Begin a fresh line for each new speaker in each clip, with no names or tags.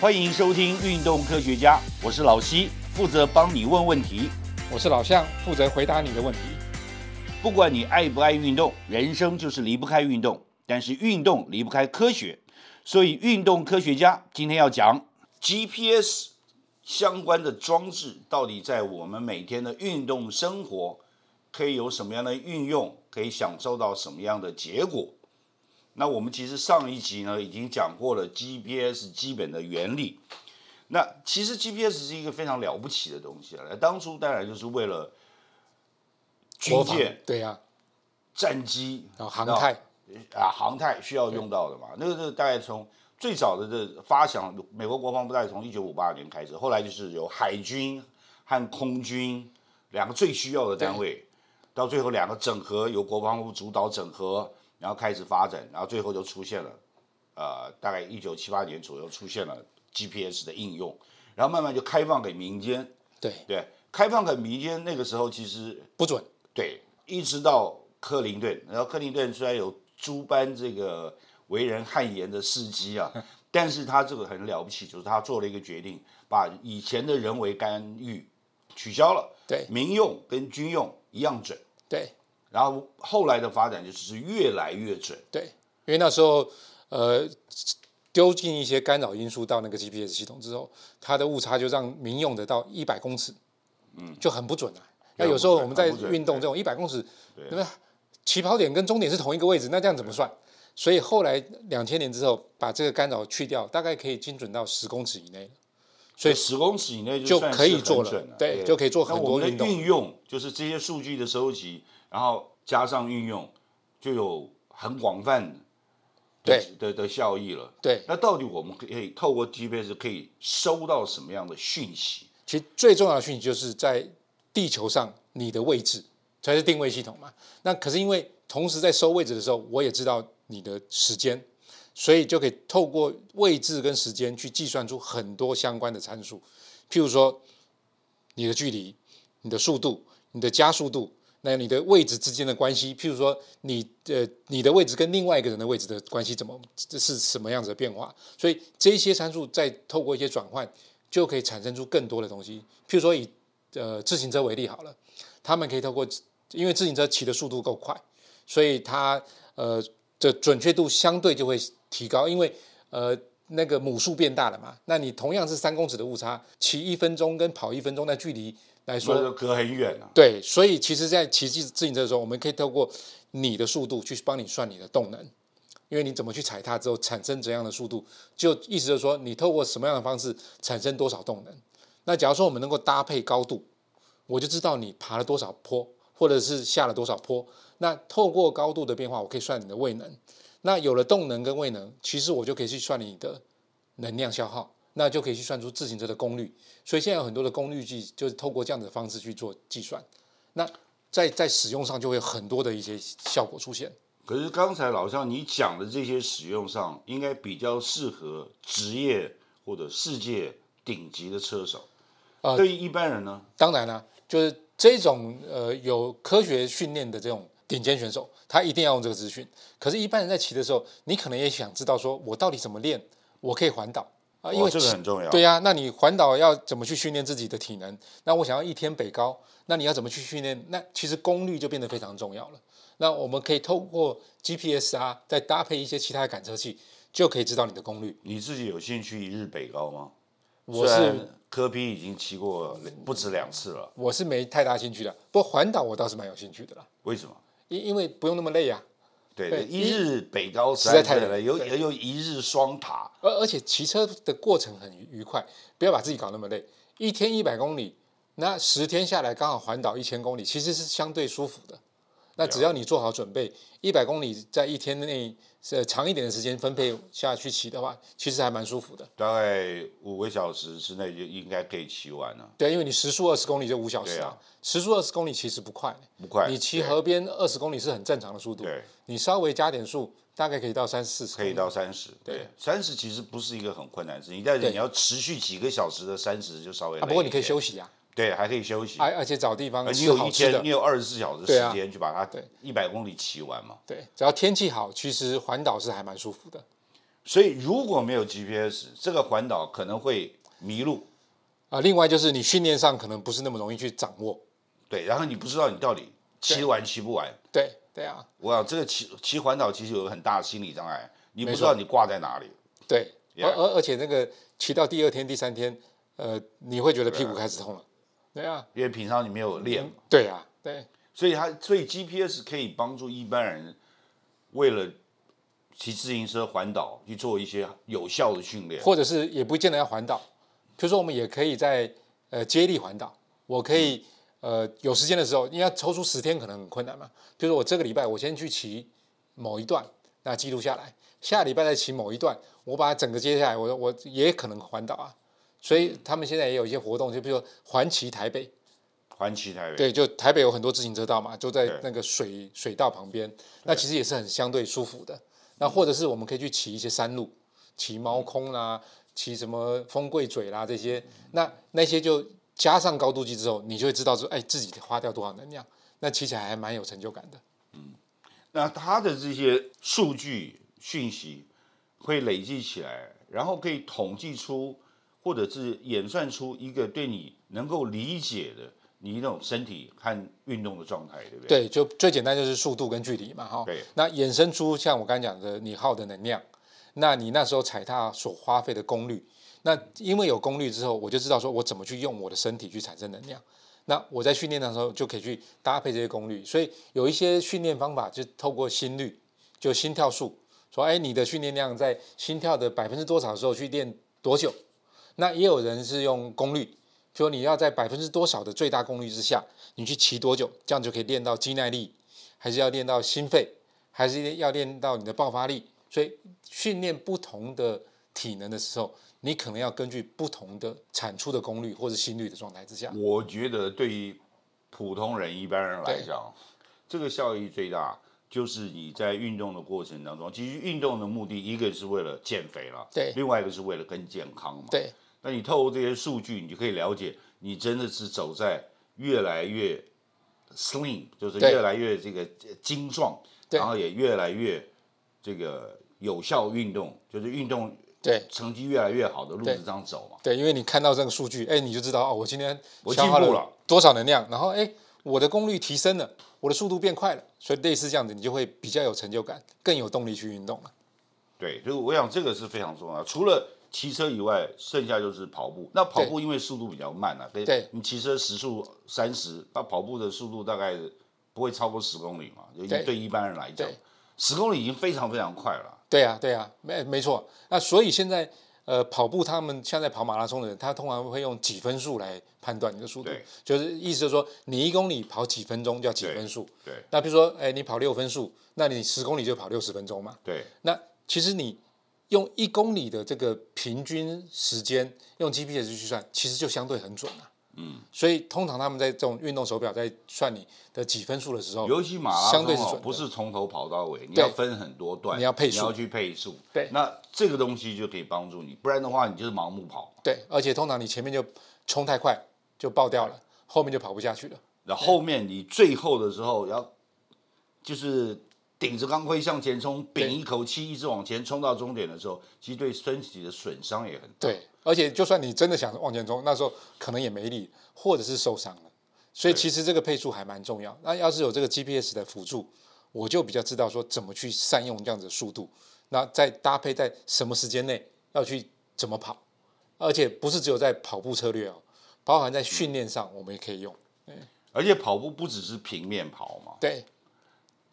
欢迎收听《运动科学家》，我是老西，负责帮你问问题。
我是老向，负责回答你的问题。
不管你爱不爱运动，人生就是离不开运动，但是运动离不开科学，所以运动科学家今天要讲 GPS 相关的装置到底在我们每天的运动生活可以有什么样的运用，可以享受到什么样的结果。那我们其实上一集呢已经讲过了 GPS 基本的原理。那其实 GPS 是一个非常了不起的东西啊，当初当然就是为了军
国防
舰、
对呀、
战机
然后哦航太，
啊，航太需要用到的嘛。那个是大概从最早的这发想，美国国防部大概从一九五八年开始，后来就是由海军和空军两个最需要的单位，到最后两个整合，由国防部主导整合，然后开始发展，然后最后就出现了，呃，大概一九七八年左右出现了 GPS 的应用，然后慢慢就开放给民间，
对，
对，开放给民间那个时候其实
不准，
对，一直到克林顿，然后克林顿虽然有诸般这个为人汗颜的事迹 啊，但是他这个很了不起，就是他做了一个决定，把以前的人为干预取消了，
对
民用跟军用一样准。
对
然后后来的发展就是越来越准，
对，因为那时候呃丢进一些干扰因素到那个 GPS 系统之后，它的误差就让民用的到一百公尺，嗯，就很不准啊。那有时候我们在
很不准
运动这种一百公尺，对不对？起跑点跟终点是同一个位置，那这样怎么算？所以后来两千年之后，把这个干扰去掉，大概可以精准到十公尺以内了。
所以十公尺以内
就
算是
可以
很
做了
准了，
对就可以做
那
很
我
多
们
运
的
动
运用就是这些数据的收集，然后加上运用，就有很广泛的
对
的的效益了。
对，
那到底我们可以透过 GPS 可以收到什么样的讯息？
其实最重要的讯息就是在地球上你的位置才是定位系统嘛。那可是因为同时在收位置的时候，我也知道你的时间，所以就可以透过位置跟时间去计算出很多相关的参数，譬如说你的距离、你的速度、你的加速度。那你的位置之间的关系，譬如说你呃你的位置跟另外一个人的位置的关系怎么这是什么样子的变化？所以这些参数再透过一些转换，就可以产生出更多的东西。譬如说以呃自行车为例好了，他们可以透过，因为自行车骑的速度够快，所以它呃的准确度相对就会提高，因为呃那个母数变大了嘛。那你同样是三公尺的误差，骑一分钟跟跑一分钟那距离来说
所以，说隔很远啊，
对，所以其实，在骑自自行车的时候，我们可以透过你的速度去帮你算你的动能，因为你怎么去踩踏之后产生怎样的速度，就意思就是说，你透过什么样的方式产生多少动能。那假如说我们能够搭配高度，我就知道你爬了多少坡，或者是下了多少坡。那透过高度的变化，我可以算你的位能。那有了动能跟位能，其实我就可以去算你的能量消耗，那就可以去算出自行车的功率。所以现在有很多的功率计，就是透过这样的方式去做计算。那在在使用上就会有很多的一些效果出现。
可是刚才老向你讲的这些使用上，应该比较适合职业或者世界顶级的车手。
呃
对于一般人呢，
当然啦、就是这种呃有科学训练的这种顶尖选手，他一定要用这个资讯。可是，一般人在骑的时候，你可能也想知道说，我到底怎么练，我可以环岛啊、因
哦
为
这个很重要。
对呀、那你环岛要怎么去训练自己的体能？那我想要一天北高，那你要怎么去训练？那其实功率就变得非常重要了。那我们可以透过 GPS 啊，再搭配一些其他的感测器，就可以知道你的功率。
你自己有兴趣一日北高吗？
我
虽
是
然科比已经骑过不止两次了，
我是没太大兴趣的，不过环岛我倒是蛮有兴趣的啦，
为什么？
因因为不用那么累啊呀、
对，
对
一日北高
实在太
累了，
累
有
对
也有一日双塔，
而而且骑车的过程很愉愉快，不要把自己搞那么累。一天一百公里，那十天下来刚好环岛一千公里，其实是相对舒服的。
啊
那只要你做好准备，一百公里在一天内呃长一点的时间分配下去骑的话，其实还蛮舒服的。
大概五个小时之内就应该可以骑完了，
对，因为你时速二十公里就五小时
对
啊
啊，
时速二十公里其实不快，
不快。
你骑
对
河边二十公里是很正常的速度
对，
你稍微加点速，大概可以到三四十
可
公
以
里。
到三十，对，三十其实不是一个很困难的事情，但是
嗯对
你要持续几个小时的三十就稍微累一
啊，
点、
不过你可以休息啊，
对，还可以休息。
而而且找地方
而你
吃
有一
好吃的
天，你。有二十四小时
对啊
时间去把它
对
一百公里骑完嘛？
对，只要天气好，其实环岛是还蛮舒服的。
所以如果没有 GPS，这个环岛可能会迷路。
啊，另外就是你训练上可能不是那么容易去掌握。
对，然后你不知道你到底骑完骑不完。
对对啊，
我想这个骑骑环岛其实有个很大的心理障碍，你不
没
知
错
道你挂在哪里。
对，而
Yeah
而而且那个骑到第二天、第三天，呃，你会觉得屁股开始痛了。对啊，
因为平常你没有练，
对啊，对
所以它所以 GPS 可以帮助一般人为了骑自行车环岛去做一些有效的训练。
或者是也不见得要环岛，比如说我们也可以在呃接力环岛，我可以、呃有时间的时候，你要抽出十天可能很困难嘛。比如说我这个礼拜我先去骑某一段，那记录下来，下礼拜再骑某一段，我把整个接下来，我我也可能环岛啊。所以他们现在也有一些活动，就比如说环骑台北，
环骑台北，
对，就台北有很多自行车道嘛，就在
对
那个水水道旁边，那其实也是很相对舒服的。那或者是我们可以去骑一些山路，骑猫空啦，骑什么风柜嘴啦这些，那那些就加上高度计之后，你就会知道说，哎，自己花掉多少能量，那骑起来还蛮有成就感的。
那它的这些数据讯息会累积起来，然后可以统计出或者是演算出一个对你能够理解的你那种身体和运动的状态，对不对？
对，就最简单就是速度跟距离嘛，哈。
对。
那衍生出像我刚才讲的，你耗的能量，那你那时候踩踏所花费的功率，那因为有功率之后，我就知道说我怎么去用我的身体去产生能量。那我在训练的时候就可以去搭配这些功率，所以有一些训练方法就透过心率，就心跳数，说哎你的训练量在心跳的百分之多少的时候去练多久。那也有人是用功率，就说你要在百分之多少的最大功率之下，你去骑多久，这样就可以练到肌耐力，还是要练到心肺，还是要练到你的爆发力。所以训练不同的体能的时候，你可能要根据不同的产出的功率或者心率的状态之下，
我觉得对于普通人、一般人来讲，这个效益最大就是你在运动的过程当中，其实运动的目的一个是为了减肥了，
对
另外一个是为了更健康嘛。
对
那你透过这些数据，你就可以了解你真的是走在越来越 slim，就是
对
越来越这个精壮，
对
然后也越来越这个有效运动，就是运动
对
成绩越来越好的路
对
子上走嘛。
对，因为你看到这个数据，哎，你就知道哦，我今天
我
消耗
进步了
多少能量，然后哎，我的功率提升了，我的速度变快了，所以类似这样子，你就会比较有成就感，更有动力去运动了。
对，就是我想这个是非常重要。除了骑车以外，剩下就是跑步。那跑步因为速度比较慢啊，对
对
你骑车时速三十，那跑步的速度大概不会超过十公里嘛，就
对
对一般人来讲
对，
十公里已经非常非常快了。
对啊，对啊，没没错。那所以现在呃，跑步他们像在跑马拉松的人，他通常会用几分数来判断你的速度
对，
就是意思就是说你一公里跑几分钟叫几
对
分数。
对
那比如说，哎，你跑六分数，那你十公里就跑六十分钟嘛。
对
那其实你用一公里的这个平均时间，用 GPS 去算，其实就相对很准了、嗯，所以通常他们在这种运动手表在算你的几分数的时候，
尤其马拉松、哦、
相对是准的
不是从头跑到尾，你
对
要分很多段，
你要配速
你要去配速。
对
那这个东西就可以帮助你，不然的话你就是盲目跑，
对，而且通常你前面就冲太快就爆掉了，后面就跑不下去了。
然后后面你最后的时候要就是顶着钢盔向前冲，
对
屏一口气一直往前冲到终点的时候，其实对身体的损伤也很大。
对，啊而且就算你真的想往前冲，那时候可能也没力，或者是受伤了。所以其实这个配速还蛮重要。那要是有这个 GPS 的辅助，我就比较知道说怎么去善用这样子的速度，那再搭配在什么时间内要去怎么跑，而且不是只有在跑步策略哦，包含在训练上我们也可以用。
而且跑步不只是平面跑嘛
对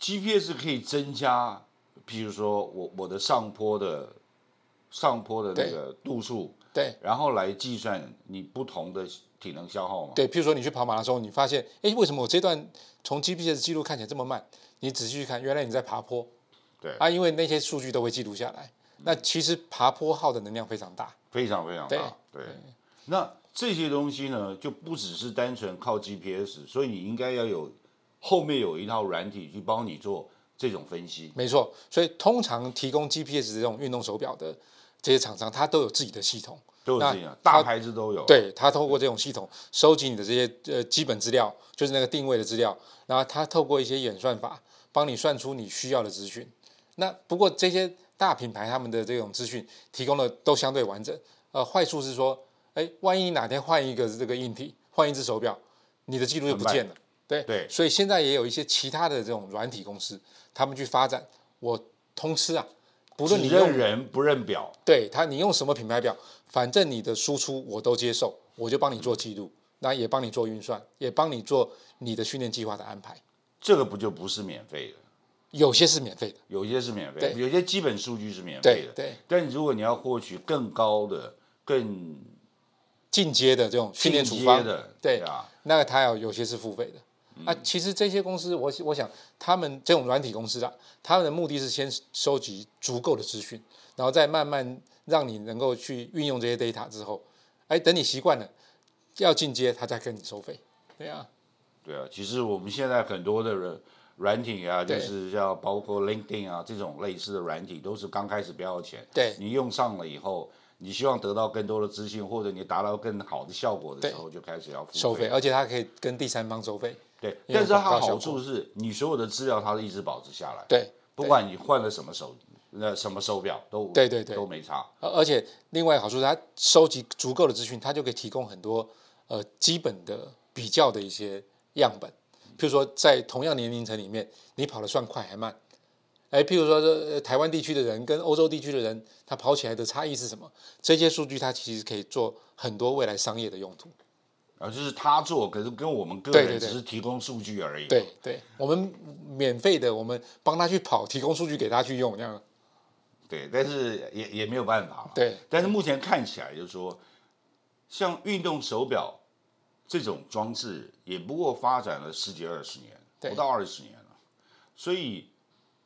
，GPS 可以增加，譬如说我我的上坡的上坡的那个度数，
对
然后来计算你不同的体能消耗嘛。
对，譬如说你去跑马拉松，你发现哎，诶为什么我这段从 GPS 记录看起来这么慢？你仔细去看，原来你在爬坡。
对
啊，因为那些数据都会记录下来。那其实爬坡耗的能量非常大。
非常非常大。对，那这些东西呢，就不只是单纯靠 GPS，所以你应该要有后面有一套软体去帮你做这种分析。
没错，所以通常提供 GPS 这种运动手表的这些厂商，它都有自己的系统。
都有
那
这样，大牌子都有。，嗯
对，它透过这种系统收集你的这些呃基本资料，就是那个定位的资料，然后它透过一些演算法帮你算出你需要的资讯。那不过这些大品牌他们的这种资讯提供的都相对完整。呃，坏处是说，哎，万一哪天换一个这个硬体，换一只手表，你的记录就不见了。对
对
所以现在也有一些其他的这种软体公司，他们去发展，我通吃啊，不论你
只
用
认人不认表，
对他，你用什么品牌表，反正你的输出我都接受，我就帮你做记录，那也帮你做运算，也帮你做你的训练计划的安排。
这个不就不是免费的？
有些是免费的，
有些是免费，
对
有些基本数据是免费
对
的。
对，
但如果你要获取更高的、更
进阶的这种训练处
进阶
方，
的，嗯
对
啊，
那它有有些是付费的。啊，其实这些公司，我我想他们这种软体公司啊，他们的目的是先收集足够的资讯，然后再慢慢让你能够去运用这些 data 之后，哎，等你习惯了，要进阶，他再跟你收费。对啊，
对啊。其实我们现在很多的软软体啊，就
对
是要包括 LinkedIn 啊这种类似的软体，都是刚开始不要钱。
对
你用上了以后，你希望得到更多的资讯，或者你达到更好的效果的时候，就开始要付
收费，而且它可以跟第三方收费。
对，
也有
但是它
广告效
好
果
处是你所有的资料它都一直保持下来，
对，
不管你换了什么手。那什么手表都
对对对
都没差，
而而且另外一个好处是，它收集足够的资讯，它就可以提供很多呃基本的比较的一些样本。譬如说，在同样年龄层里面，你跑得算快还慢？哎，譬如说，呃台湾地区的人跟欧洲地区的人，他跑起来的差异是什么？这些数据它其实可以做很多未来商业的用途。
啊，就是他做，可是跟我们个
对
人
对
只
对
是提供数据而已。
对对，我们免费的，我们帮他去跑，提供数据给他去用，这样
对但是也也没有办法了。
对
但是目前看起来就是说，像运动手表这种装置，也不过发展了十几二十年，
对
不到二十年了，所以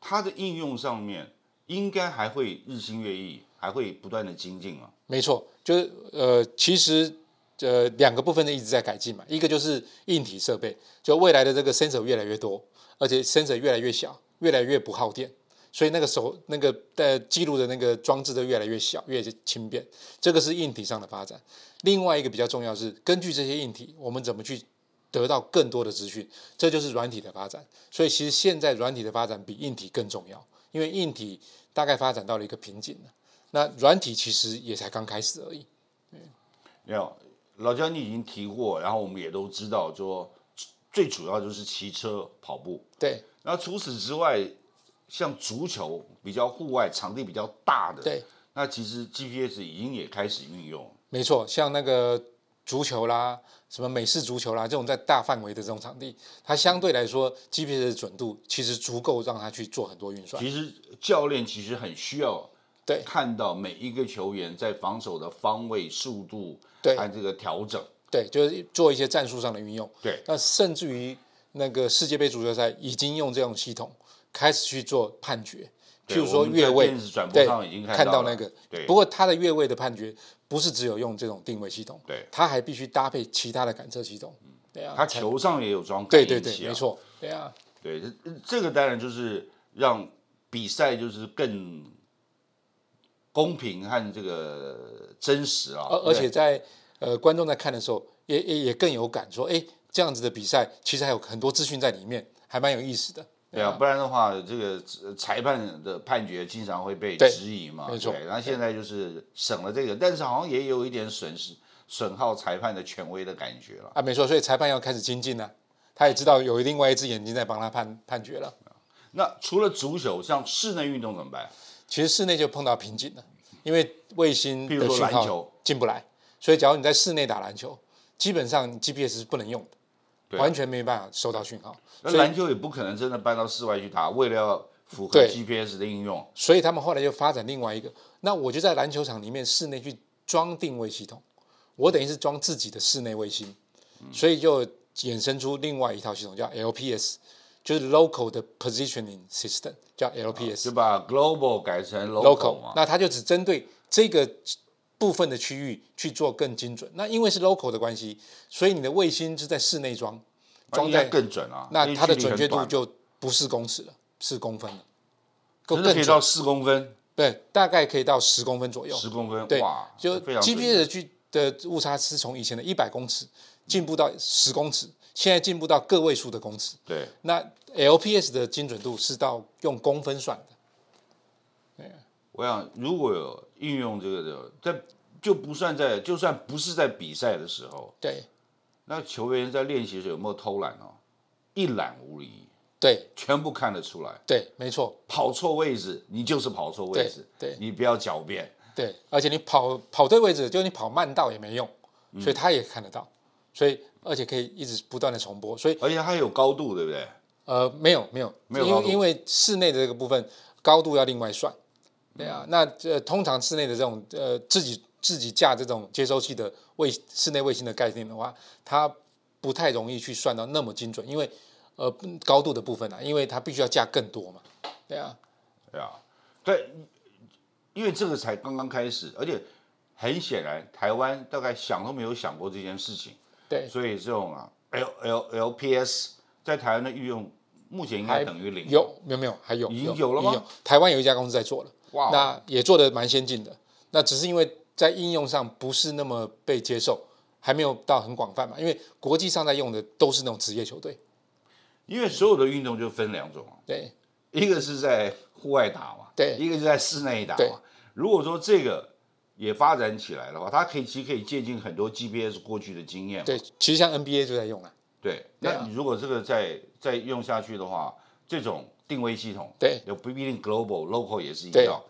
它的应用上面应该还会日新月异，还会不断的精进啊。
没错，就是呃，其实呃两个部分呢一直在改进嘛，一个就是硬体设备，就未来的这个 sensor 越来越多，而且 sensor 越来越小，越来越不耗电，所以那个手那个呃记录的那个装置都越来越小，越轻便，这个是硬体上的发展。另外一个比较重要是，根据这些硬体，我们怎么去得到更多的资讯，这就是软体的发展。所以其实现在软体的发展比硬体更重要，因为硬体大概发展到了一个瓶颈了。那软体其实也才刚开始而已。
没有，老焦你已经提过，然后我们也都知道说，最主要就是骑车、跑步。
对
那除此之外，像足球比较户外、场地比较大的，
对，
那其实 GPS 已经也开始运用了。
没错，像那个足球啦，什么美式足球啦，这种在大范围的这种场地，它相对来说 GPS 的准度其实足够让它去做很多运算。
其实教练其实很需要
对
看到每一个球员在防守的方位、速度
对
和这个调整。
对，就是做一些战术上的运用。
对，
那甚至于那个世界杯足球赛已经用这种系统开始去做判决，譬如
我
说
们
越
在
位
电，视转播
对
上已经，
看
到
到
了
那个。
对
不过它的越位的判决不是只有用这种定位系统，
对，嗯
它还必须搭配其他的感测系统。对啊，
他
才
球上也有装感
对
应器啊。
对对，没错，对啊，
对，这这个当然就是让比赛就是更公平和这个真实啊。
而
对不
而
对
且在呃观众在看的时候，也也也更有感，说哎这样子的比赛其实还有很多资讯在里面，还蛮有意思的。
对啊，不然的话，这个呃裁判的判决经常会被
对
质疑嘛。
没错
对然后现在就是省了这个，但是好像也有一点损失损耗裁判的权威的感觉了。
啊，没错，所以裁判要开始精进了、啊他也知道有另外一只眼睛在帮他判判决了。
那除了足球，像室内运动怎么办？
其实室内就碰到瓶颈了，因为卫星
譬如
的
说
讯
篮球
号进不来，所以假如你在室内打篮球，基本上 GPS 是不能用的，
对啊
完全没办法收到讯号。
那
所以
篮球也不可能真的搬到室外去打，为了要符合
对
GPS 的应用，
所以他们后来就发展另外一个，那我就在篮球场里面室内去装定位系统，我等于是装自己的室内卫星，所以就衍生出另外一套系统叫 LPS，就是 Local 的 Positioning System，叫 LPS
就。把 global 改成 local
local，
嘛。
那它就只针对这个部分的区域去做更精准。那因为是 local 的关系，所以你的卫星是在室内装，装
应该
在
更准啊，因
那
为
它的
距离
准
很
确度
短
就不是公尺了，是公分了，
真
更
的可
更
以到
准。
四公分、
对，大概可以到十公分左右。
十公分，
对
哇，，
就
非常准
GPS 的距的误差是从以前的一百公尺进步到十公尺，现在进步到个位数的公尺。
对。
那 LPS 的精准度是到用公分算的。
我想如果有运用这个的，在就不算在，就算不是在比赛的时候，
对
那球员在练习的时候有没有偷懒哦？一览无遗，
对
全部看得出来。
对，没错，
跑错位置，你就是跑错位置，
对对
你不要狡辩。
对，而且你跑跑对位置，就你跑慢道也没用，
嗯
所以他也看得到，所以而且可以一直不断的重播，所以
而且它有高度，对不对？
呃没有没有，
没有
因
高
为
度
因为室内的这个部分高度要另外算，对啊，
嗯
那呃通常室内的这种呃自己自己架这种接收器的卫室内卫星的概念的话，它不太容易去算到那么精准，因为呃高度的部分啊，因为它必须要架更多嘛，对啊，
对啊，对，因为这个才刚刚开始，而且很显然，台湾大概想都没有想过这件事情，
对，
所以这种啊，L L L P S 在台湾的运用，目前应该等于零。
有有没有还有
已经有了吗？
台湾有一家公司在做了。
哇，
那也做的蛮先进的。那只是因为在应用上不是那么被接受，还没有到很广泛嘛。因为国际上在用的都是那种职业球队，
因为所有的运动就分两种啊，
对
一个是在户外打嘛，
对
一个是在室内打
对
嘛。如果说这个也发展起来的话，它可以其实可以借鉴很多 GPS 过去的经验嘛。
对，其实像 NBA 就在用啊，
对，
对
那
啊
你如果这个再再用下去的话，这种定位系统，
对
有不一定 global、local 也是一
对
样，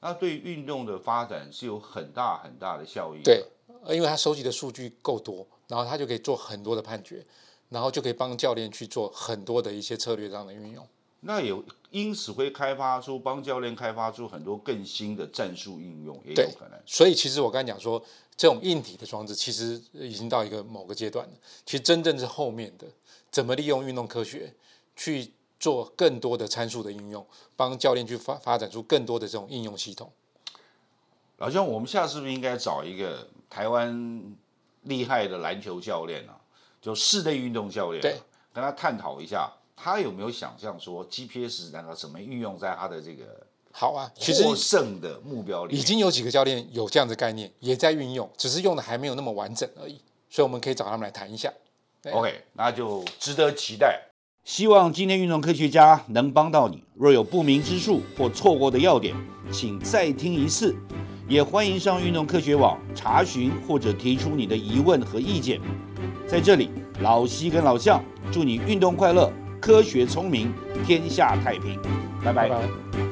那对运动的发展是有很大很大的效益。
对，，呃因为他收集的数据够多，然后他就可以做很多的判决，然后就可以帮教练去做很多的一些策略上的运用。
那也因此会开发出帮教练开发出很多更新的战术应用，也
对
有可能。
所以其实我刚才讲说，这种硬体的装置其实已经到一个某个阶段了。其实真正是后面的，怎么利用运动科学去做更多的参数的应用，帮教练去发发展出更多的这种应用系统。
老兄，我们下次是不是应该找一个台湾厉害的篮球教练啊，就室内运动教练、啊
对，
跟他探讨一下，他有没有想象说 GPS 那个怎么运用在他的这个
好啊，其实
获胜的目标里
已
面？
经有几个教练有这样的概念，也在运用，只是用的还没有那么完整而已。所以我们可以找他们来谈一下。对
OK，那就值得期待。希望今天运动科学家能帮到你。若有不明之处或错过的要点，请再听一次。也欢迎上运动科学网查询或者提出你的疑问和意见。在这里，老西跟老向祝你运动快乐，科学聪明，天下太平。拜拜
拜拜